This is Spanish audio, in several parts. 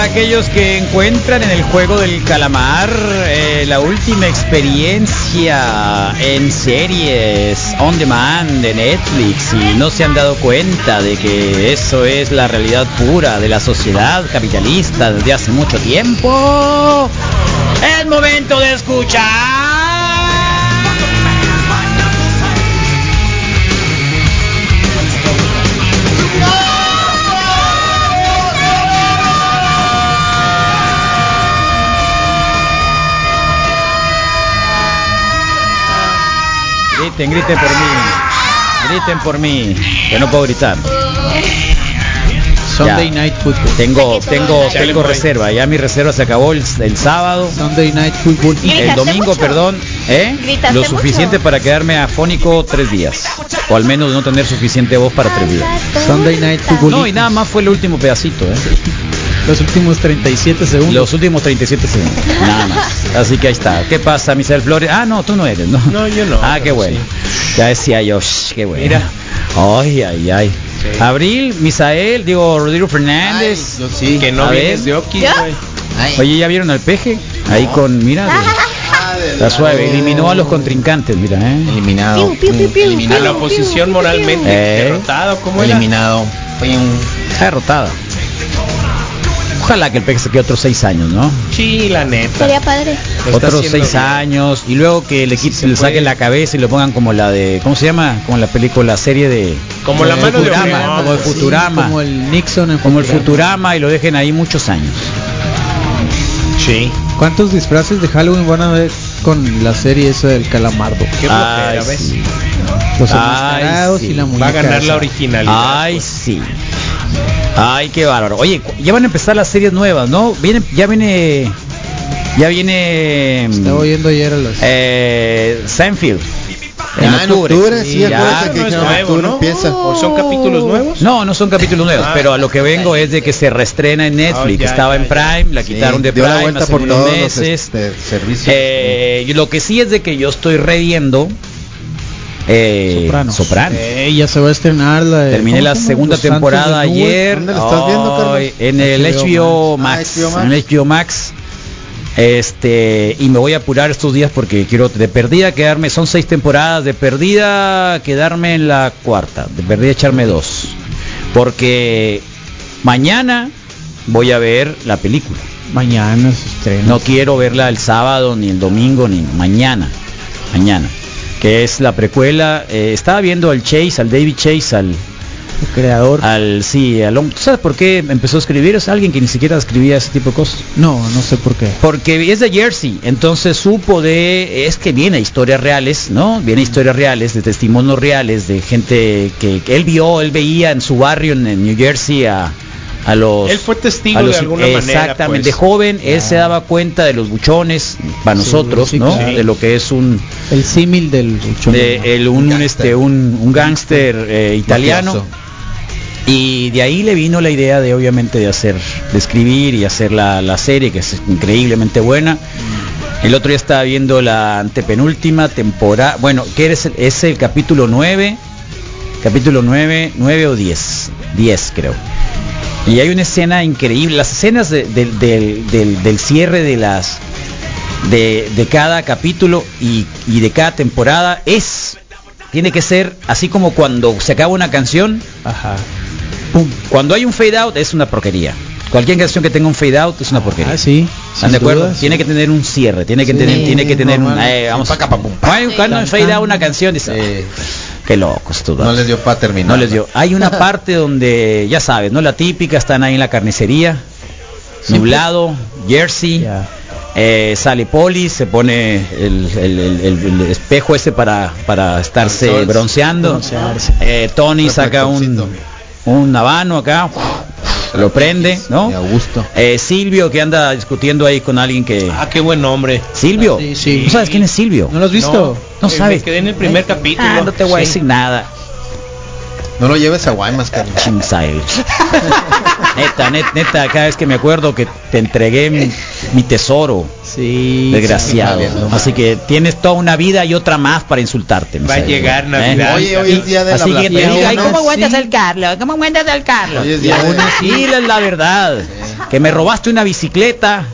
aquellos que encuentran en el juego del calamar eh, la última experiencia en series on demand de Netflix y no se han dado cuenta de que eso es la realidad pura de la sociedad capitalista desde hace mucho tiempo. Es momento de escuchar. Griten, griten por mí. Griten por mí. Yo no puedo gritar. Sunday Ya. Night Football. Tengo, tengo, Chale, tengo Moy. reserva. Ya mi reserva se acabó el, el sábado. Sunday Night Football. El ¿Gritaste domingo, mucho? perdón. ¿eh? ¿Gritaste Lo suficiente mucho? para quedarme afónico tres días. O al menos no tener suficiente voz para tres días. Sunday Night Football. No, y nada más fue el último pedacito. ¿eh? Los últimos 37 segundos. Los últimos 37 segundos. Nada más. Así que ahí está. ¿Qué pasa, Misael Flores? Ah, no, tú no eres, ¿no? No, yo no, Ah, qué pero bueno. Ya decía yo, "Shh, qué bueno. Mira. Ay, ay, ay. Abril, Misael, digo Rodrigo Fernández. Yo sí. Que A no ver. vienes de Oki, ¿Yo? güey. Ay. Oye, ¿ya vieron al peje? Ahí con, mira, la suave. Eliminó a los contrincantes, mira, ¿eh? Eliminado. Piu, piu, piu, piu, eliminado. A la oposición moralmente Eh. derrotado, ¿cómo era? eliminado. Fue un Está derrotada. Ojalá que el peje se quede otros seis años, ¿no? Sí, la neta. Sería padre. Lo está Otros haciendo seis bien. años y luego que le, quiten, le puede. saquen la cabeza y lo pongan como la de, ¿cómo se llama? Como la película, la serie de... Como la mano de Futurama, Obregón. como el Sí, Futurama, como el Nixon en como el Futurama y lo dejen ahí muchos años. Sí. ¿Cuántos disfraces de Halloween van a ver con la serie esa del calamardo? Qué Ay, flojera, ¿ves? sí. Los Ay, enmascarados sí. y Va la a muñeca. Va a ganar la pues. esa. originalidad. Ay, sí. Ay, qué bárbaro. Oye, cu- ya van a empezar las series nuevas, ¿no? Viene, ya viene, ya viene Estaba oyendo ayer a los. eh, Seinfeld. Ah, en octubre, sí, ya. acuérdate pues. que no es dijeron nuevo, octubre ¿no? empieza. ¿O son capítulos nuevos? No, no son capítulos nuevos, Ah. pero a lo que vengo es de que se reestrena en Netflix. Oh, ya, Estaba ya, en Prime, la Sí, quitaron de dio Prime la vuelta hace por unos todos los meses. este, servicios. Eh, y lo que sí es de que yo estoy reviendo eh, Sopranos. Sopranos. Eh, ya se va a estrenar Eh, la. de- Terminé ¿cómo la se llama? segunda Los Santos temporada de Newark. ayer. ¿Dónde la estás viendo, Carlos? Ay, En el HBO HBO Max. Max. Ah, HBO Max. En el HBO Max. Este, y me voy a apurar estos días porque quiero de perdida quedarme, son seis temporadas, de perdida quedarme en la cuarta, de perdida echarme dos. Porque mañana voy a ver la película. Mañana se estrena. No quiero verla el sábado, ni el domingo, ni mañana. Mañana. Que es la precuela. eh, estaba viendo al Chase, al David Chase, al, El creador. al sí, al hombre. ¿Tú sabes por qué empezó a escribir? Es alguien que ni siquiera escribía ese tipo de cosas. No, no sé por qué. Porque es de Jersey, entonces supo de, es que viene historias reales, ¿no? Viene historias reales, de testimonios reales, de gente que, que él vio, él veía en su barrio en, en New Jersey a, a los... Él fue testigo a de alguna manera, Exactamente, pues. de joven, él se daba cuenta de los buchones, para nosotros, sí, ¿no? claro. De lo que es un, El símil del buchón. de el- un, un, este un, un gángster eh, italiano Mafioso. y de ahí le vino la idea de obviamente de hacer de escribir y hacer la, la serie que es increíblemente buena el otro día estaba viendo la antepenúltima temporada bueno que es el, es el capítulo 9 capítulo 9 9 o 10 10 creo y hay una escena increíble las escenas de- del- del- del- del cierre de las de, de cada capítulo y, y de cada temporada es, tiene que ser así como cuando se acaba una canción, Ajá. ¡pum! cuando hay un fade out es una porquería. Cualquier canción que tenga un fade out es una porquería. Ah, sí. ¿Están sin de acuerdo? dudas. Tiene que tener un cierre, tiene que Sí, tener, tiene que tener un, normal. eh, vamos, Pa, ca, pa, pum, cuando hay un- cuando hay un fade out una canción dice, "Ah, Eh, qué locos tú. no les dio para terminar. No les dio. Hay una parte donde, ya sabes, ¿no? La típica, están ahí en la carnicería, nublado, jersey, Ya. eh, sale Poli, se pone el, el- el- el- el espejo ese para, para estarse Al sol. bronceando. Broncearse. Eh, Tony saca un, Reflectorcito. un habano acá, lo prende, ¿no? Y a gusto. Eh, Silvio que anda discutiendo ahí con alguien que... Ah, qué buen hombre. Silvio, sí, sí. ¿tú sabes quién es Silvio? ¿No lo has visto? No eh, sabes. Me quedé en el primer capítulo. Ah, no te voy a Sí. decir nada. No lo lleves a Guaymas, Carlos. Chinsael. neta, neta, neta, cada vez que me acuerdo que te entregué mi, mi tesoro, Sí. desgraciado. sí, sí, sí. Así que tienes toda una vida y otra más para insultarte. Va a Misael. llegar ¿Eh? Navidad. Oye, hoy es día de la Así que te blasfemia, diga, ¿no? ¿y cómo aguantas aguantas Sí. el Carlos? ¿Cómo aguantas el Carlos? Hoy es día de- Sí, la, la verdad. que me robaste una bicicleta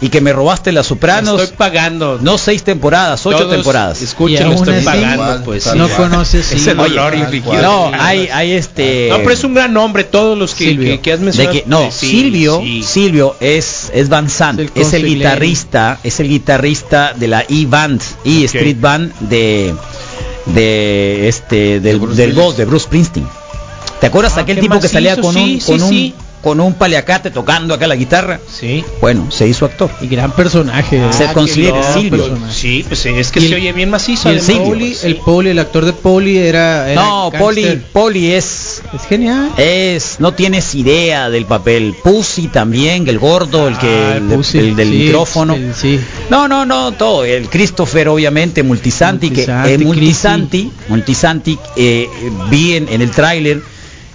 y que me robaste las Sopranos. Estoy pagando. No seis temporadas, ocho Todos temporadas. Escuchen, Y aún estoy así, pagando, pues. tal sí. No cual. conoces sí. Ese dolor Tal infligido. cual. No, hay, hay este. No, pero es un gran nombre, todos los que, Silvio. que, que has de mencionado. que- no, Sí, Silvio, sí. Silvio es es Van Sant, Es es el el, consigliere. guitarrista, es el guitarrista de la E Band, E Ok. Street Band de de este del, Bruce del Willis. Ghost de Bruce Springsteen. ¿Te acuerdas Ah, aquel qué tipo que salía macizo, con sí, un sí, con un sí. con un paliacate tocando acá la guitarra? Sí. Bueno, se hizo actor. Y gran personaje. Ah, Se eh. considera gran Silvio. personaje. Sí, pues es que Y el- se oye bien macizo. Y el además. Silvio, Poli, pues. el Poli, el actor de Poli era, era No, Eh, Poli, gangster. Poli es Es genial. Es, no tienes idea del papel. Pussy también, el gordo, el que Ah, el, de- Pussy, el del sí, micrófono. el- sí. No, no, no, todo. El Christopher, obviamente, Multisanti, que eh, Multisanti, Multisanti, Multisanti, eh, vi en, en el tráiler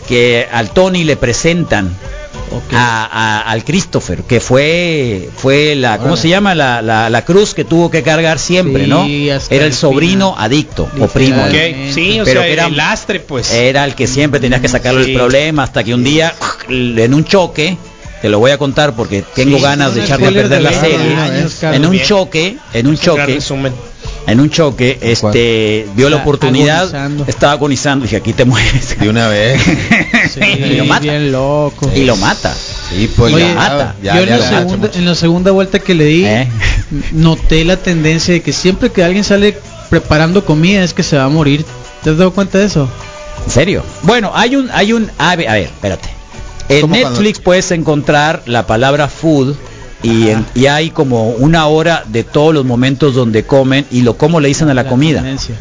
que al Tony le presentan Ok. Ah. a- a- al Christopher, que fue, fue la, ¿cómo Órale. se llama? La, la- la cruz que tuvo que cargar siempre, Sí, ¿no? hasta Era el el sobrino final. adicto o Literal. primo. Ok, Realmente. sí, o Pero sea, que era- eh, el lastre, pues. Era el que siempre tenías que sacarle Sí. el problema hasta que un día en un choque, te lo voy a contar porque tengo Sí, ganas de un echarle a spoiler perder de la la serie. verdad, años, en Carlos, un bien. choque, en un Un gran choque, resumen. en un choque, este dio la Está oportunidad, agonizando. estaba agonizando, dije aquí te mueres. De una vez. Sí, y lo mata. bien loco. Y lo mata. Sí, pues Oye, ya, mata. ya, Yo en, le la han hecho segunda, mucho. en la segunda vuelta que le di, ¿Eh? noté la tendencia de que siempre que alguien sale preparando comida es que se va a morir. ¿Te has dado cuenta de eso? ¿En serio? Bueno, hay un, hay un, a ver, a ver, espérate. En ¿Cómo cuando- Netflix puedes encontrar la palabra food y, en- y hay como una hora de todos los momentos donde comen y lo cómo le dicen a la, comida. tendencia.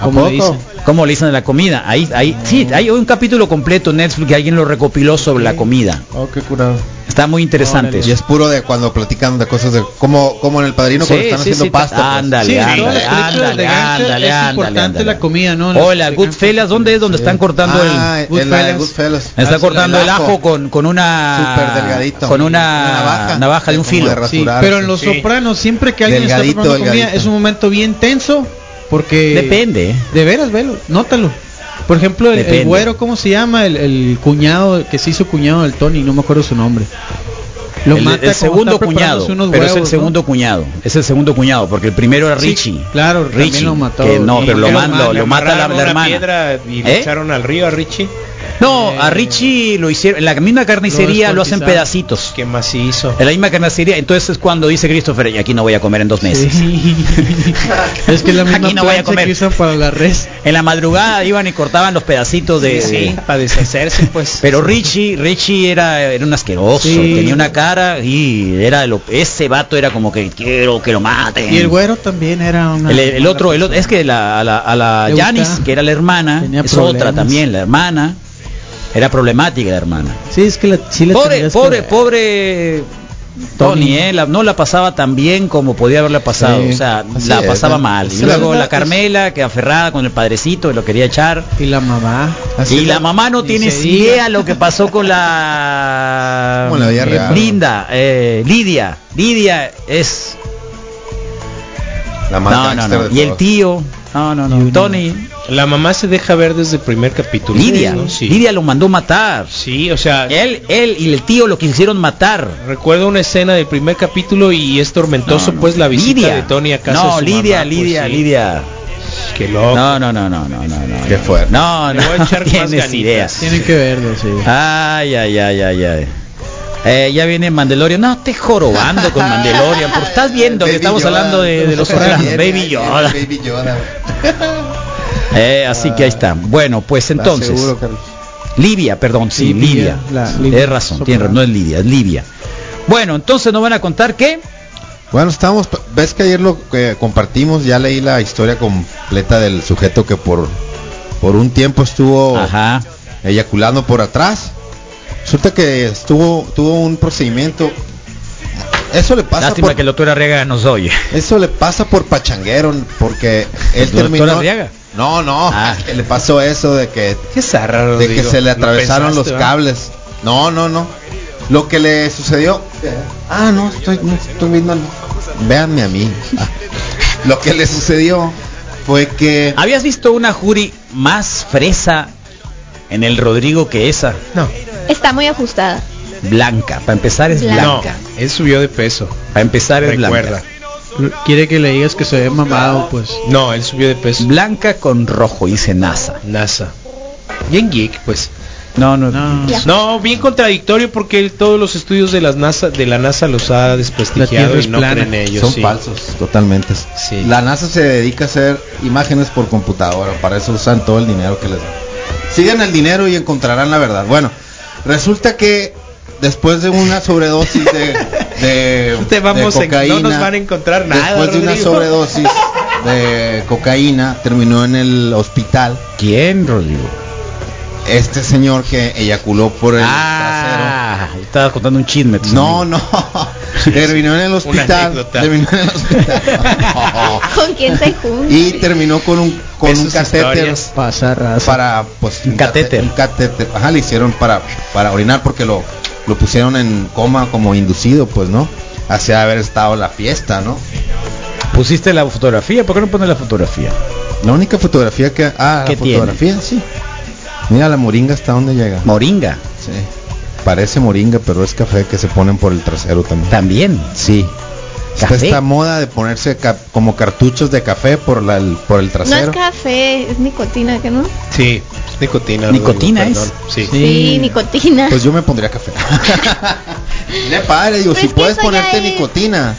¿A Como poco? Ah. dicen. ¿Cómo le dicen a la comida? Ahí, ahí, sí, hay un capítulo completo en Netflix que alguien lo recopiló sobre la comida. Oh, qué curado. Está muy interesante. Órale. Y es puro de cuando platican de cosas de como como en el padrino Sí, cuando están sí, haciendo sí, pasta. pues. ándale, Sí, en todas ándale, las películas de ándale, gangster ándale, es ándale, importante ándale. la comida, ¿no? Las Hola, de Goodfellas, ¿dónde es donde Sí. están cortando ah, el...? en la de Goodfellas. Goodfellas. Está Ah, cortando el ajo con, con Súper una delgadito. con una Una navaja, navaja. de un Como filo. de ras- Sí, Rasurar, pero en Los sí. Sopranos siempre que alguien está Delgadito, preparando comida delgadito. es un momento bien tenso porque Depende. ¿eh? De veras, velo, nótalo. Por ejemplo, el, el Depende. güero, ¿cómo se llama? El, el cuñado, que se hizo cuñado del Tony, no me acuerdo su nombre. Lo el, mata el como segundo está preparándose cuñado, unos pero es el huevos, ¿no? segundo cuñado, es el segundo cuñado, porque el primero era Sí, Richie. claro, también Richie, lo mató. que no, Lo pero lo, mató, man- lo lo- man- lo mata la, la Amarraron una hermana. piedra y lo ¿Eh? echaron al río a Richie. No, Eh, a Richie lo hicieron, en la misma carnicería lo hacen descuartizaron. pedacitos. Qué macizo. En la misma carnicería, entonces es cuando dice Christopher, y aquí no voy a comer en dos meses. Sí. es que es la misma Aquí no voy a plancha comer. que usan para la res. En la madrugada iban y cortaban los pedacitos de... Sí, sí, para deshacerse, pues. Pero Richie, Richie era, era un asqueroso, Sí. tenía una cara y era lo, ese vato era como que quiero que lo maten. Y el güero también era una... El, el otro, el otro- es que la, a la, a la Le Janis, gusta. que era la hermana, Tenía es problemas. otra también, la hermana, era problemática la hermana. Sí, es que la sí la Pobre, tendrías que pobre, ver. pobre Tony, Tony. eh, la- no la pasaba tan bien como podía haberla pasado, Sí. o sea, Así la es, pasaba ¿no? mal. Y Sí, la luego verdad la es- Carmela, que aferrada con el padrecito, que lo quería echar. Y la mamá. Así y es, la mamá no ni tiene se diga. idea lo que pasó con la, Como la vida eh, real. Linda, eh, Lidia. Lidia es La más no, no, gangster no. de Y el todos. tío, no, no, Y no. uno. Tony, La mamá se deja ver desde el primer capítulo. Lidia, ¿no? Sí. Lidia lo mandó matar. Sí, o sea, Él, él y el tío lo quisieron matar. recuerdo una escena del primer capítulo y es tormentoso, No, no. pues, la visita Lidia. de Tony a casa. de No, su Lidia, mamá, pues, Lidia, sí. Lidia. Qué loco. No, no, no, no, no, no, no. Qué no. fuerte. No, Le no, voy a echar no más tienes ganitas. ideas. Tienen que verlo, sí. Ah, Ah, Ay, ay, ay, ay, ay. Eh, ya viene Mandalorian. No, estés jorobando con Mandalorian. Porque estás viendo que Baby estamos Yoda. hablando de, de los Viene, Sopranos. Baby viene, Yoda. Baby Yoda. Eh, así que ahí está. Bueno, pues entonces. Seguro, Carlos. Libia, perdón, sí, Libia. Libia, la- Libia Tienes razón, Soprano. tienes razón, no es Lidia, es Libia. Bueno, entonces nos van a contar que Bueno, estamos, ves que ayer lo que compartimos, ya leí la historia completa del sujeto que por por un tiempo estuvo Ajá. eyaculando por atrás. Resulta que estuvo tuvo un procedimiento. Eso le pasa Lástima por que el doctor Arriaga nos oye. eso le pasa por pachanguero porque él ¿El doctor terminó Pues Arriaga? No, no, Ah. es que le pasó eso de que Qué zarra, de que Rodrigo. se le Lo atravesaron pensaste, los ¿verdad? cables. No, no, no. Lo que le sucedió. Ah, no, estoy, no, estoy viendo. al- Véanme a mí. Ah. Lo que le sucedió fue que. ¿Habías visto una jury más fresa en el Rodrigo que esa? No. Está muy ajustada. Blanca. Para empezar es blanca. No, él subió de peso. Para empezar es Recuerda. blanca. Quiere que le digas que se ve mamado, pues. No, él subió de peso. Blanca con rojo, dice NASA. NASA. Bien geek, pues. No, no. No. Ya. No, bien contradictorio porque él- todos los estudios de las NASA de la NASA los ha La desprestigiado Tierra y es no plana. creen en ellos. Son sí. falsos, totalmente. Sí. La NASA se dedica a hacer imágenes por computadora, para eso usan todo el dinero que les dan. Sigan el dinero y encontrarán la verdad. Bueno, resulta que después de una sobredosis de, de, No te vamos de a- no nos van a encontrar nada. después de una Rodrigo. sobredosis de cocaína, terminó en el hospital ¿Quién, Rodrigo? este señor que eyaculó por el Ah, estabas contando un chisme. trasero. tus No, amigos. no. Terminó en el hospital. anécdota. Terminó en el hospital. ¿Con quién se junta? y terminó con un con Ve un sus catéter historias. Pasa raza. para pues Un catéter. un catéter. Ajá, le hicieron para para orinar porque lo lo pusieron en coma como inducido, pues, ¿no? Hacia haber estado la fiesta, ¿no? Pusiste la fotografía, ¿por qué no pones la fotografía? La única fotografía que ah, la ¿Qué tiene? fotografía, sí. Mira la moringa hasta dónde llega. Moringa, Sí. Parece moringa, pero es café que se ponen por el trasero también. también. Sí. Está Café. esta moda de ponerse ca- como cartuchos de café por la el- por el No es trasero. café, es nicotina, ¿qué no? Sí, es nicotina. Rodrigo, ¿Nicotina perdón. es? Sí. Sí, nicotina. Pues yo me pondría café. Le padre, digo, Pero si es que puedes eso ponerte ya es- nicotina.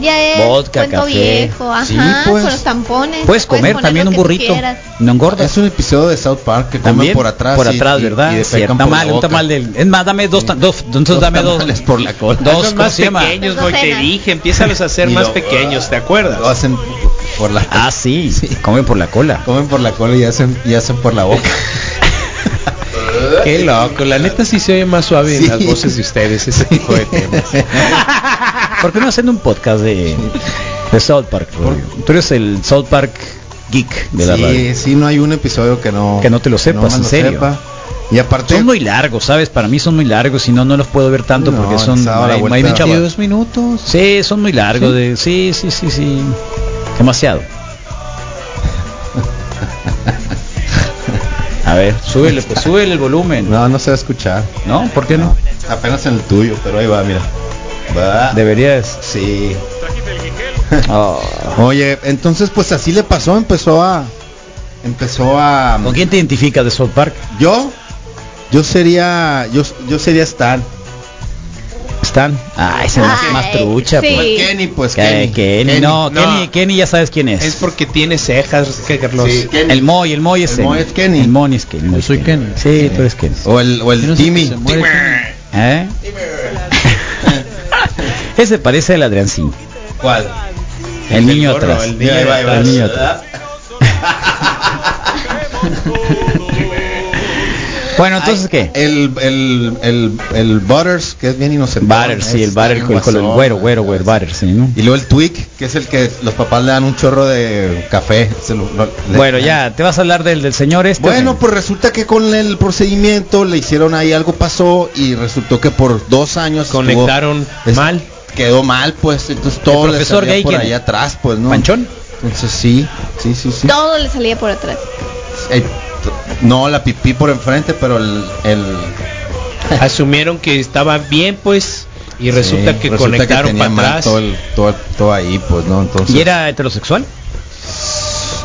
ya es Vodka, cuento café. viejo, ajá, Sí, pues. con los tampones. Puedes comer poner también lo un que tú burrito. quieras. No engordas. Es un episodio de South Park que comen También por atrás. Por y- atrás, y- ¿verdad? y Sí, defecan por tamal, la un boca. tamal del. Es más, dame dos, ta- dos, entonces Dos dame tamales dos. por la cola. Dos, Hazlos ¿cómo más se llama? pequeños, Las voy, te docenas. dije, empiézalos a hacer Y más lo- pequeños, ¿te Lo acuerdas? hacen por la Ah, sí, come por la cola. comen por la cola y hacen y hacen por la boca. Qué loco, la neta sí se oye más suave Sí. en las voces de ustedes ese tipo de temas. Ah. ¿Por qué no hacen un podcast de, de South Park? Rodrigo? Tú eres el South Park geek de la radio. sí, sí, no hay un episodio que no Que no te lo sepas, me en serio. Y aparte pues, Son muy largos, ¿sabes? Para mí son muy largos y no, no los puedo ver tanto No, porque son... esa hay- hora hay vuelta. mucha- chaval. 22 minutos. Sí, son muy largos. de- ¿Sí? sí, sí, sí, Demasiado. A ver, súbele, pues súbele el volumen. no no se va a escuchar. ¿No? ¿Por qué no? Apenas en el tuyo, pero ahí va, mira. Va. Deberías... Sí. Oh. Oye, entonces pues así le pasó, empezó a empezó a ¿Con quién te identificas de South Park? yo yo sería yo, yo sería Stan. ¿Están? Ah, ese es más, Ay, más trucha. sí. pues. Pues Kenny, pues Que- Kenny. Kenny, no, no. Kenny, Kenny ya sabes quién es. Es porque tiene cejas, que Carlos. Sí, Kenny. el Moy, el Moy es El Moy es Kenny. Kenny. El Moy es Kenny. el Moy Yo es soy Kenny. Sí, tú eres Kenny. o el o el Yo no sé Timmy. que se muere, Timmy. ¿Eh? Ese parece el Adriancín. ¿Cuál? El niño gordo, atrás. el Mira, ahí va, ahí va. El niño atrás. Bueno, entonces qué? El, el, el, el Butters, que es bien inocente. Butter, sí, el butter con el color güero, güero, güero, butter, sí, ¿no? Y luego el Twig, que es el que los papás le dan un chorro de café. se lo- lo- le- Bueno, ya, ¿te vas a hablar del, del señor este? Bueno, pues resulta que con el procedimiento le hicieron ahí algo pasó y resultó que por dos años estuvo- Conectaron es- mal. Quedó mal, pues entonces todo le profesor salía gay, por ¿quién? allá atrás, pues no. ¿Panchón? Entonces sí, sí, sí, sí. Todo le salía por atrás. Eh, no, la pipí por enfrente, pero el, el- Asumieron que estaba bien, pues, y resulta Sí, que resulta conectaron tenía para mal atrás. todo, el- todo, todo ahí, pues no, entonces. ¿Y era heterosexual?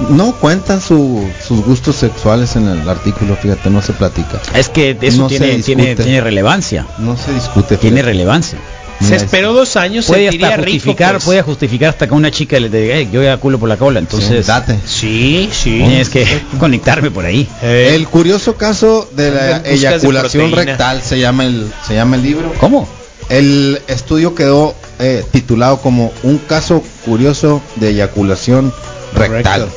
No cuentan su- sus gustos sexuales en el artículo, fíjate, no se platica. Es que eso No se tiene, tiene, discute. tiene relevancia. No se discute. Tiene fíjate. relevancia. Mira, Se esperó dos años, puede se diría hasta rico. justificar, pues. puede justificar hasta que una chica le diga, "Ey, yo voy a culo por la cola, entonces sí, date. Sí, sí. tienes que conectarme por ahí. Eh, El curioso caso de la Buscas de eyaculación proteína. rectal se llama el se llama el libro. ¿Cómo? El estudio quedó eh, titulado como un caso curioso de eyaculación rectal. Rectal.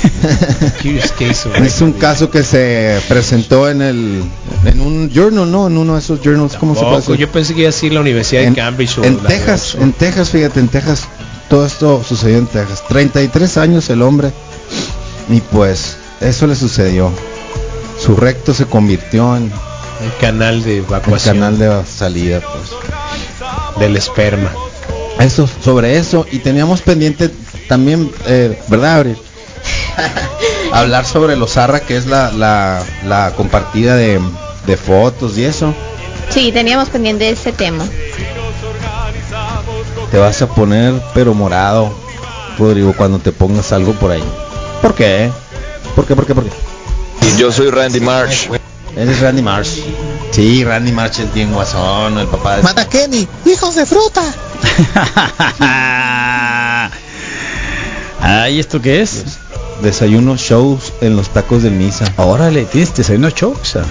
Curious case of Es un rectal. caso que se presentó en el en un journal, no, en uno de esos journals, ¿cómo se puede Tampoco, decir? yo pensé que iba a decir la Universidad en, de Cambridge o en la- Texas, o- en Texas, fíjate, en Texas, todo esto sucedió en Texas. 33 años el hombre y pues eso le sucedió. Su recto se convirtió en el canal de el evacuación canal de salida, pues. del esperma. Eso, sobre eso y teníamos pendiente también, eh, ¿verdad, Abril? Hablar sobre los Zarra, que es la, la, la compartida de, de fotos y eso. Sí, teníamos pendiente ese tema. Te vas a poner pero morado, Rodrigo, cuando te pongas algo por ahí. ¿Por qué? ¿Por qué? ¿Por qué? ¿Por qué? Yo soy Randy Marsh. Ese es Randy Marsh. Sí, Randy Marsh es bien guasón, el papá de... ¡Mata Kenny! ¡Hijos de fruta! Ay, ¿esto qué es? Desayuno shows en los tacos del misa. Órale, tienes desayuno choxa.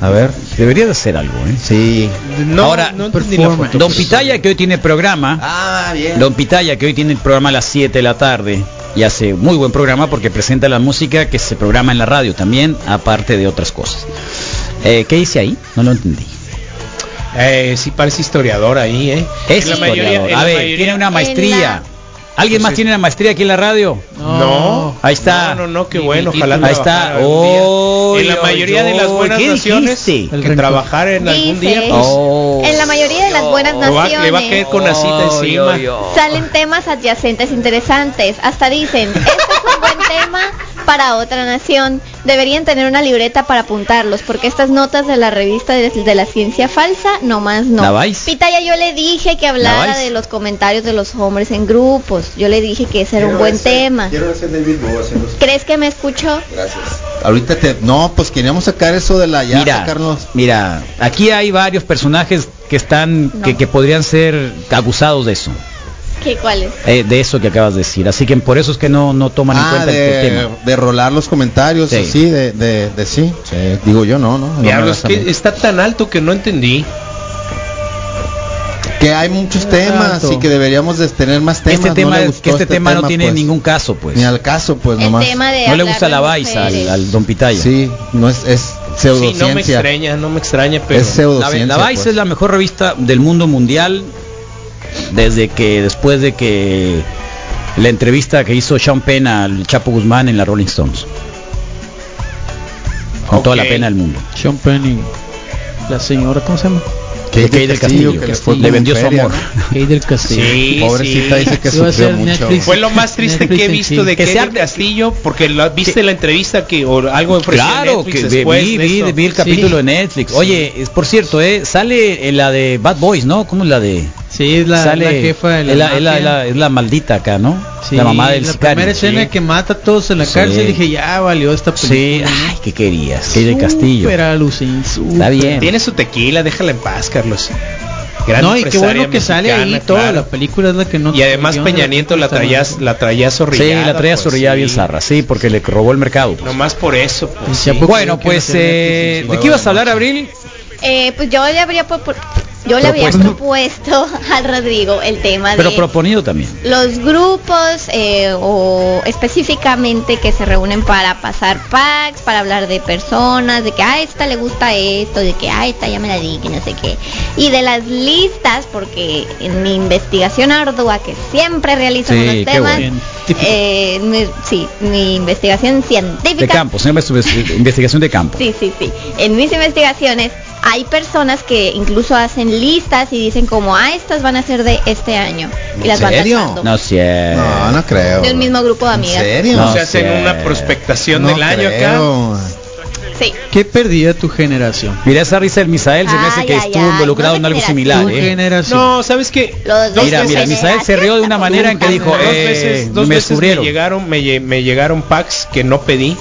A ver. Debería de hacer algo, ¿eh? Sí. No, Ahora, no entendí la foto. Don Pitaya, que hoy tiene programa, Ah, bien. Don Pitaya, que hoy tiene el programa a las 7 de la tarde y hace muy buen programa porque presenta la música que se programa en la radio también, aparte de otras cosas. Eh, ¿Qué dice ahí? No lo entendí. Eh, sí parece historiador ahí, ¿eh? Es En la mayoría- historiador. en A la ver, mayoría- tiene una En maestría. la- ¿Alguien más tiene una maestría aquí en la radio? No. Ahí está. No, no, no, qué bueno, ojalá Ahí está. trabajar algún día. Oy, en la oy, mayoría de las oy, buenas ¿qué naciones dijiste? que El rencor. trabajar en algún día Dice, pues, Oh. en la mayoría de las buenas le, va, le va a naciones caer con la cita Oy, encima. oy, oy. salen temas adyacentes interesantes. Hasta dicen, este es un buen tema para otra nación. Deberían tener una libreta para apuntarlos, porque estas notas de la revista de, de la ciencia falsa, no más no. ¿La vais? Pitaya, yo le dije que ¿La hablara vais? de los comentarios de los hombres en grupos. Yo le dije que ese era un buen tema. Quiero hacer David Bowie haciendo sus- ¿Crees que me escuchó? Gracias. Ahorita te... No, pues queríamos sacar eso de la... Ya, Mira, sacarnos... mira, aquí hay varios personajes que están, No. que, que podrían ser acusados de eso, ¿Qué cuál es? eh, de eso que acabas de decir. Así que por eso es que no, no toman en Ah, cuenta el de, tema. de rolar los comentarios, Sí. sí, de, de, de sí. Sí, Digo yo, no, no. no me Diablos, hagas a que mí. está tan alto que no entendí. Que hay muchos temas Exacto. y que deberíamos de tener más temas. este no tema, le gustó que este, tema, no tiene pues. ningún caso, pues. Ni al caso, pues El nomás. tema de No le hablar gusta de la vais al, mujeres. al Don Pitaya. Sí, no es, es Sí, no me pseudociencia. extraña, no me extraña, pero es La, pseudociencia. la Vice pues. es la mejor revista del mundo mundial desde que después de que la entrevista que hizo Sean Penn al Chapo Guzmán en la Rolling Stones. Con toda la Ok. pena del mundo. Sean Penn y la señora, ¿cómo se llama? Que Kay del Castillo, que le, le, fue como vendió su feria, amor. ¿no? Kate del Castillo. Sí, Pobrecita sí. dice que Sí, va a sufrió ser mucho. Netflix. Fue lo más triste que he visto de Que que sea- Castillo, porque la- viste la entrevista que o algo ofreció Claro, Netflix que vi, después vi- de vi- esto. vi el Sí. capítulo de Netflix. Oye, es, por cierto, eh, sale eh, la de Bad Boys, ¿no? ¿Cómo es la de? Sí, es la, sale, la jefa de la, es la, es la- mafia. la- es la maldita acá, ¿no? Sí, la mamá del la sicario. primera escena sí. que mata a todos en la Sí. cárcel, dije, ya valió esta Sí, ay, ¿qué querías? Kay del Castillo. Super alucin, Está super. bien. Tiene su tequila, déjala en paz, Carlos. Gran No, y qué empresaria bueno que sale ahí mexicana, toda claro. la película es la que no Y además guión de Peña Nieto la película traía, está mal. la traía Sí, zorrillada. la traía pues, zorrillada sí. bien zarra, sí, porque le robó el mercado. pues. Nomás por eso, pues. Sí, ¿a poco Bueno, creen que pues, no tiene Netflix? eh, ¿de qué ibas a hablar, Abril? Eh, pues yo le habría propu- yo le había propuesto al Rodrigo el tema Pero de proponido también. los grupos eh, o específicamente que se reúnen para pasar packs, para hablar de personas, de que a esta le gusta esto, de que a esta ya me la di, que no sé qué. Y de las listas, porque en mi investigación ardua que siempre realizo Sí, con los qué temas, bueno. eh, mi- sí, mi investigación científica De campo, se llama su- investigación de campo. Sí, sí, sí. En mis investigaciones hay personas que incluso hacen listas y dicen como, ah, estas van a ser de este año. Y ¿En las van serio? tachando. No sé. No, no creo. Del mismo grupo de ¿En amigas. serio? No o sea, hacen sé. una prospectación No del año acá. creo. Sí. ¿Qué perdía tu generación? Mira esa risa del Misael, se me hace Ay, que ay, estuvo ay, involucrado no en te algo creas. similar, tu ¿eh? generación. No, ¿sabes qué? Los Dos Mira, mira, veces. Misael se rió de una manera en que dijo, dos eh, veces, dos me veces descubrieron. me llegaron, me, lle- me llegaron packs que no pedí.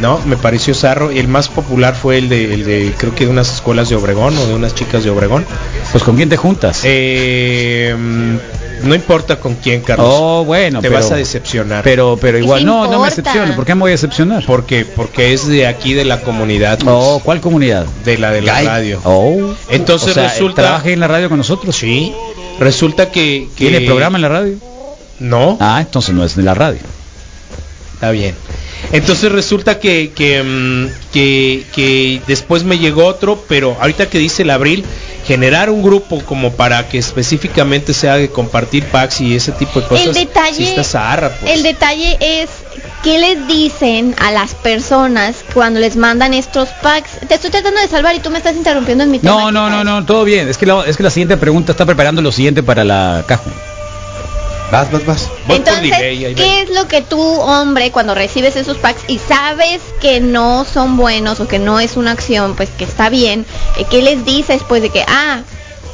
No, me pareció zarro. Y el más popular fue el de, el de, creo que de unas escuelas de Obregón o de unas chicas de Obregón. Pues con quién te juntas. Eh, mm, no importa con quién, Carlos. Oh, bueno, te pero, vas a decepcionar. pero pero ¿Qué igual te no, no me importa? decepciono, ¿por qué me voy a decepcionar? porque porque es de aquí de la comunidad, pues, Oh, ¿cuál comunidad? de la de la Guy. radio. Oh. Entonces O sea, resulta- trabaja en la radio con nosotros. Sí. Resulta que, que ¿Tiene programa en la radio? No. Ah, entonces no es de la radio. Está bien. Entonces resulta que, que, mm, que, que después me llegó otro, pero ahorita que dice el abril, generar un grupo como para que específicamente sea de compartir packs y ese tipo de cosas. El detalle- sí está zaharra, pues. El detalle es qué les dicen a las personas cuando les mandan estos packs. Te estoy tratando de salvar y tú me estás interrumpiendo en mi tema. No, no, no, no, todo bien. Es que la, es que la siguiente pregunta está preparando lo siguiente para la caja. Vas, vas, vas. Voy por Entonces, delay, ahí ¿qué ven. es lo que tú, hombre, cuando recibes esos packs y sabes que no son buenos o que no es una acción, pues que está bien, eh, qué les dices pues de que, ah,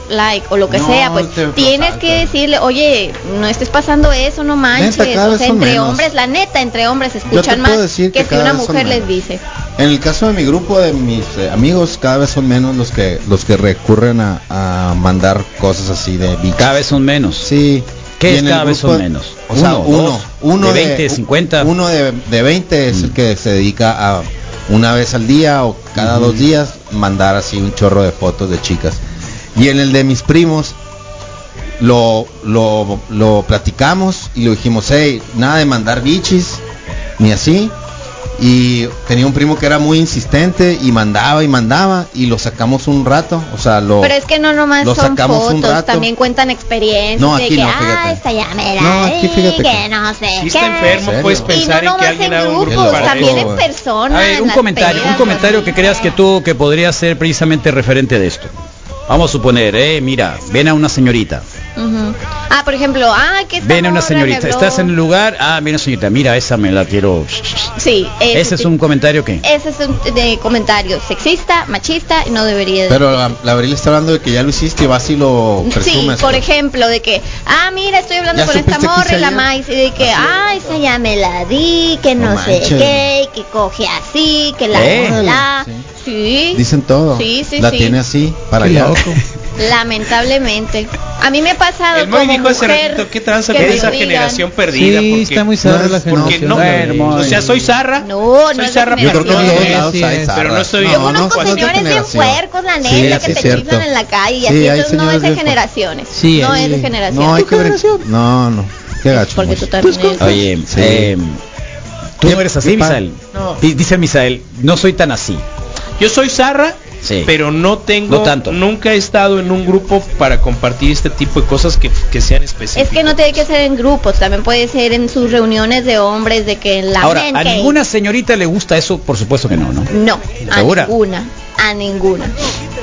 like o lo que No, sea, pues te tienes falta. que decirle, oye, no estés pasando eso, no manches, cada o vez sea, son entre menos. hombres, la neta, entre hombres te escuchan más puedo decir que, que si cada una vez son mujer les menos. dice. En el caso de mi grupo, de mis eh, amigos, cada vez son menos los que los que recurren a, a mandar cosas así de bichos. Cada vez son menos. Sí. ¿Qué Y es en el cada vez grupo- son menos? O sea, Uno, uno. Uno, dos, de Mm. 20, 50. Uno de, de 20 es el que se dedica a una vez al día o cada dos días mandar así un chorro de fotos de chicas. Y en el de mis primos lo, lo, lo platicamos y lo dijimos, hey, nada de mandar bichis, ni así. Y tenía un primo que era muy insistente y mandaba y mandaba y lo sacamos un rato. O sea, lo... Pero es que no nomás lo son sacamos un fotos, rato. también cuentan experiencias No, de aquí que, no, ah, fíjate. esta ya me la No, aquí di, fíjate que, que- no sé Si está qué". enfermo, ¿En puedes serio? pensar y no en que nomás alguien en haga un grupo grupos, para también ti. en personas. A ver, un las comentario, un pedas, comentario las que creas que fiestas. tú que podría ser precisamente referente de esto. Vamos a suponer, eh, mira, ven a una señorita, Ujú. Ah, por ejemplo, ah, que esta ven a una morra señorita, le habló. estás en el lugar, ah, viene una señorita, mira, esa me la quiero. Eh, Sí, Eh, ese, Ese es tipo- un comentario que. Ese es un de comentario sexista, machista y no debería de Pero la, la Abril está hablando de que ya lo hiciste y vas y lo Sí, presumes. por pues. ejemplo, de que, ah, mira, estoy hablando Ya con esta supiste que morra y hice la ayer. maíz, y de que, ah, esa ya me la di, que no, No sé manches. qué, y que coge así, que la, Eh. la, Órale, sí. Dicen todo. Sí, sí, la sí. tiene así, para Qué allá. loco. Lamentablemente. A mí me ha pasado El Moy como dijo hace mujer ratito, ¿qué tranza que con me esa digan, generación perdida? Sí, Porque- está muy zarra la porque Porque generación. no, güey. Hermoso. o sea, soy zarra. No, no soy es zarra, de Yo pero creo que no en todos es. lados sí, hay es. zarras. Pero no soy- Yo Yo conozco no es de señores bien generación. puercos, la neta, Sí, que sí, te es cierto. chiflan en la calle y Sí, así, hay entonces no es señores de bien generaciones. Sí, no hay. es de generación. No hay que ver. No, no. Qué gacho. Porque Moy. tú también eres. Oye, Sí. eh, tú Qué- no eres qué así, padre. Misael. Di- Dice Misael, no soy tan así. Yo soy zarra, Sí. pero no tengo, Eh, No tanto. nunca he estado en un grupo para compartir este tipo de cosas que, que sean específicas. Es que no tiene que ser en grupos, también puede ser en sus reuniones de hombres, de que en la Ahora, men a cave. ninguna señorita le gusta eso, por supuesto que no, ¿no? No, a ¿Segura? ninguna, a ninguna.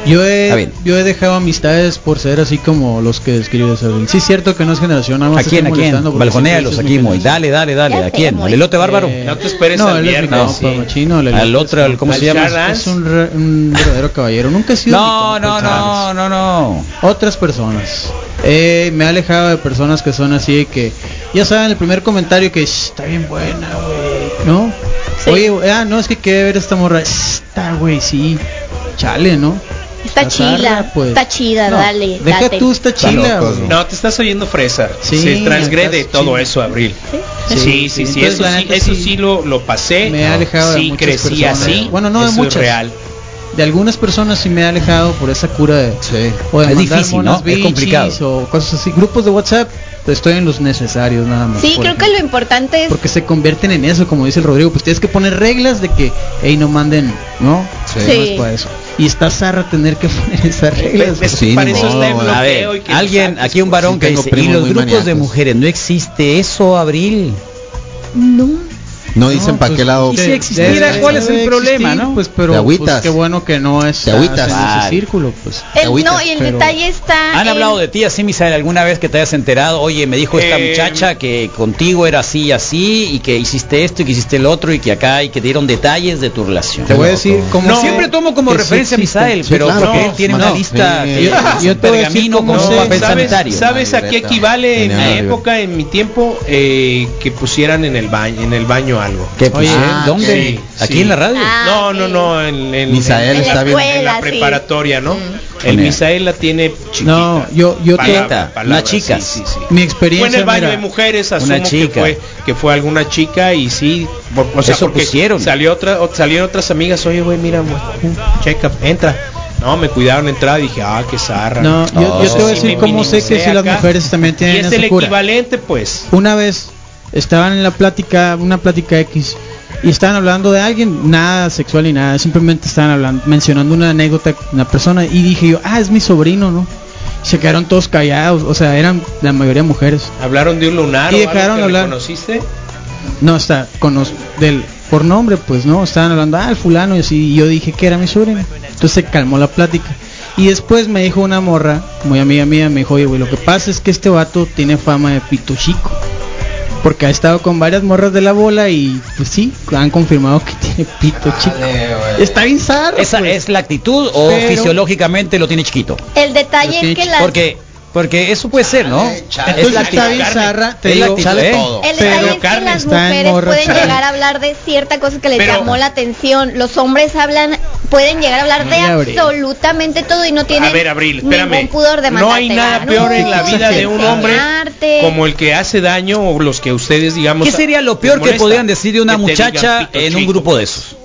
Yo Está he, bien. yo he dejado amistades por ser así como los que describes Abril. Sí, es cierto que no es generación, nada ¿A más quién, a quién? Balconéalos aquí, muy. muy Dale, dale, dale. Ya ¿A sé, quién? Moy. ¿El elote bárbaro? No te esperes Eh, no, al él es mi viernes, compa, sí. machino, el pues, Al elote otro, es al- ¿cómo un- se llama? Es un, re- un verdadero caballero. Nunca he sido. No, mi compa, no, no, Charles. no, no. Otras personas. Eh, me he alejado de personas que son así de que. Ya saben, el primer comentario que "Shh, está bien buena, güey. ¿No? Sí. Oye, ah, no, es que qué ver esta morra. "Shh, Está, güey, sí. Chale, ¿no? Está La zarra, chila, pues. está chida, No, dale, Deja date. tú, está Está chila. locos, güey. No, te estás oyendo fresa. Sí, Se transgrede estás todo chido. eso, Abril. Sí, Sí, sí, sí. sí. Entonces, eso, la sí neta, eso sí. sí lo, lo pasé. Me he alejado de sí, muchas crecí personas. así. Bueno, no de eso es muchas. real. De algunas personas sí me he alejado por esa cura de. Sí. O de Es mandar difícil, monas ¿no? Es bichis complicado. O cosas así. Grupos de WhatsApp, pues, estoy en los necesarios nada más. Sí, por creo que ejemplo. lo importante es Porque se convierten en eso, como dice el Rodrigo. Pues tienes que poner reglas de que, hey, no manden, ¿no? Sí. Sí. No es para eso. Y está zarra tener que poner esas reglas. Es- es- Sí, para ni eso está modo, el güey. A bloqueo y ver, que lo alguien, saques, aquí un pues, varón sí que tengo dice, y primos los muy grupos de maníacos". mujeres, ¿no existe eso, Abril? No dicen para pues, qué lado. y si de- existiera, ¿cuál es el debe problema, no? Pues, pero Te agüitas. pues, qué bueno que no es Te agüitas. en Vale. ese círculo, pues. el- agüitas, no, y el pero- detalle está Ah, ¿Han eh, en- hablado de ti así, Misael, alguna vez que te hayas enterado? Oye, me dijo esta Eh, muchacha que contigo era así y así, y que hiciste esto y que hiciste el otro, y que acá, y que te dieron detalles de tu relación. Te voy a decir loco. cómo No, sé siempre tomo como que sí referencia a existen. Misael, Sí, pero claro. porque No, él tiene no, una lista sí. que Yo- es yo un te voy a decir pergamino con cómo un sé. papel ¿Sabes, sanitario. sabes a qué Libreta. equivale en Tenía mi una época, en mi tiempo, eh, que pusieran en el baño, en el baño algo? ¿Qué, pues, Oye, eh? ah, ¿Dónde? sí, Aquí sí. en la radio. Ah, No, ok. no, no, en, en- Misael en- está bien. en la Mm. Escuela, sí. preparatoria, ¿no? El Ponía. Misael la tiene chiquita. No, yo- yo te- Una chica. chicas Sí, sí, sí. Mi Fue experiencia. en el baño mira, de mujeres, asumo Una chica. que fue que fue alguna chica y sí, por- o sea, Eso porque pusieron. salió otra o- salieron otras amigas, "Oye, güey, mira, güey, checa, entra." No, me cuidaron la entrada y dije, "Ah, qué zarra." No, yo, yo Oh. te voy a Sí, decir me cómo sé que minimicé si las acá. mujeres también Y tienen es esa el cura. equivalente, pues. Una vez estaban en la plática, una plática X, y estaban hablando de alguien, nada sexual ni nada, simplemente estaban hablando, mencionando una anécdota, una persona, y dije yo, ah, es mi sobrino, ¿no? Se quedaron todos callados, o sea, eran la mayoría mujeres. Hablaron de un lunar Y o algo dejaron que hablar. reconociste. No, está, con los- del, por nombre, pues, ¿no? Estaban hablando, ah, el fulano, y así, y yo dije que era mi sobrino. Entonces se calmó la plática. Y después me dijo una morra, muy amiga mía, me dijo, oye, güey, lo que pasa es que este vato tiene fama de pito chico. Porque ha estado con varias morras de la bola y pues sí, han confirmado que tiene pito chico. Está bien zarro, ¿Esa pues. es la actitud o Pero- fisiológicamente lo tiene chiquito? El detalle es que las Porque porque eso puede ser, ¿no? Chale, chale. Es la Entonces está actitud. bien zarra, te Es la digo, actitud, ¿eh? El Pero detalle es que Carmen las está en mujeres morra, pueden Carmen. llegar a hablar de cierta cosa que les Pero- llamó la atención. Los hombres hablan, pueden llegar a hablar de Mira, Abril. absolutamente todo y no tienen a ver, Abril, ningún espérame. pudor de no hay mandarte nada ganar, peor en la no, vida de un hombre enseñarte. como el que hace daño o los que ustedes digamos. ¿Qué sería lo les peor que molesta? podrían decir de una Que te digan muchacha pito en un chico. grupo de esos?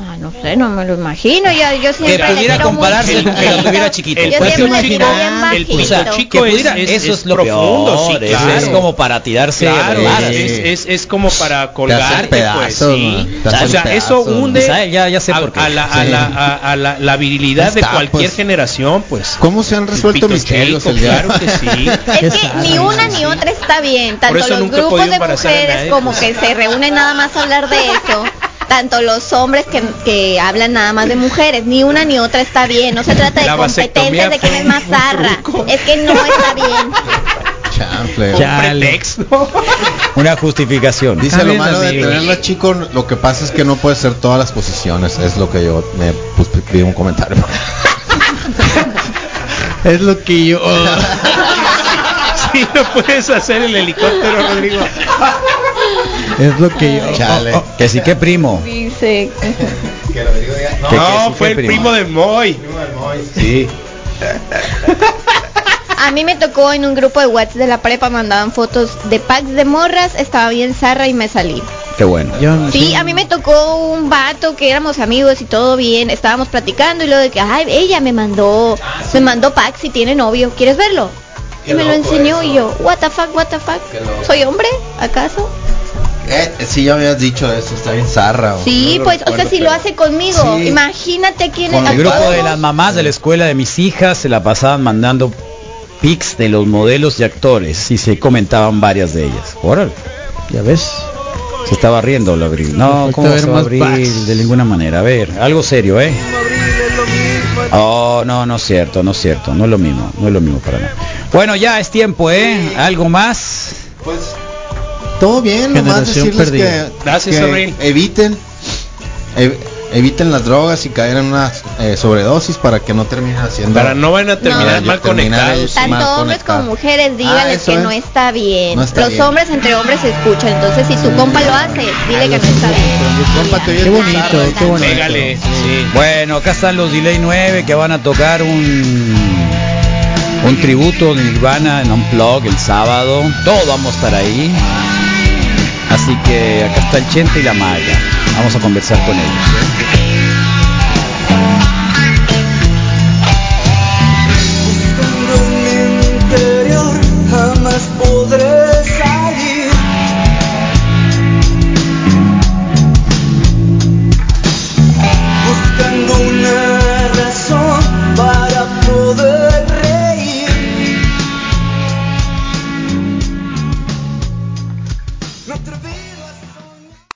Ah, no sé, no me lo imagino. Yo, yo siempre le pudiera tiro muy compararse chiquito. que lo tuviera chiquito. Yo Pues siempre le tiro bien imaginar, el bajito. pito O sea, chico que es- pudiera- es- eso es, es lo profundo, peor. sí, eso es claro. como para tirarse. Claro, relax. sí. es, es- es como para colgarte, pedazos, pues, man. sí. Te O hacen sea, pedazos, eso man. hunde Ya- Pues, ah, ya- ya sé a, por qué. a la, a Sí. la, a- a la- la virilidad Ahí está, de cualquier pues. generación, pues. ¿Cómo se han resuelto Pito misterios chico, el día? Claro que sí. Es que ni una ni otra está bien. Tanto eso los nunca he grupos podido de embarazar a mujeres nadie, como pues. que se reúnen nada más a hablar de eso. Tanto los hombres que, que hablan nada más de mujeres, ni una ni otra está bien. No se trata de La vasectomía competencia de quién fue es más un zarra. truco. Es que no está bien. Chanfle. Ya. Un pretexto. Una justificación. Dice lo También, malo de amigo. tenerlo chico, lo que pasa es que no puede ser todas las posiciones. Es lo que yo me pues, pido un comentario. Es lo que yo... Sí, no puedes hacer el helicóptero, Rodrigo. es lo que yo... Chale. Que sí, que primo. Dice. Que- que No, sí, fue que el primo de Moy. Sí. A mí me tocó en un grupo de WhatsApp de la prepa, mandaban fotos de packs de morras, estaba bien zarra y me salí. Qué bueno. Yo no Sí, sé. a mí me tocó un vato que éramos amigos y todo bien, estábamos platicando y luego de que, ay, ella me mandó, Ah, me mandó pack si tiene novio, ¿quieres verlo? y me lo enseñó y yo, what the fuck, what the fuck, ¿soy hombre, acaso? Eh, sí, ya habías dicho eso, está bien zarra. güey. sí, No pues, o sea, recuerdo, si lo pero- hace conmigo, Sí. imagínate quién Con a El grupo todos. de las mamás de la escuela de mis hijas se la pasaban mandando pics de los modelos y actores y se comentaban varias de ellas. Órale. Ya ves. Se estaba riendo el abril. No, Falta ¿cómo ver se va a más abrir packs. de ninguna manera? A ver, algo serio, ¿eh? Oh, no, no es cierto, no es cierto, no es lo mismo, no es lo mismo para nada. Bueno, ya es tiempo, ¿eh? Algo más. Pues, todo bien, nomás Generación decirles perdida. que, Gracias, que Abril. eviten ev- eviten las drogas y caer en una eh, sobredosis para que no terminen haciendo Para no van a terminar No. mal Terminar conectados. el- Tanto más hombres conectado. como mujeres, Ah, díganles eso que es. no está bien. No está Los bien. hombres entre hombres se escuchan, entonces si tu compa lo hace, dile que no está bien. Compa, te oyes Qué bien bonito, zarra. qué bonito. Pégale. Sí. Bueno, acá están los Delay 9 que van a tocar un un tributo de Nirvana en Unplug el sábado. Todos vamos a estar ahí. Así que acá está el Chente y la Maya. Vamos a conversar con ellos.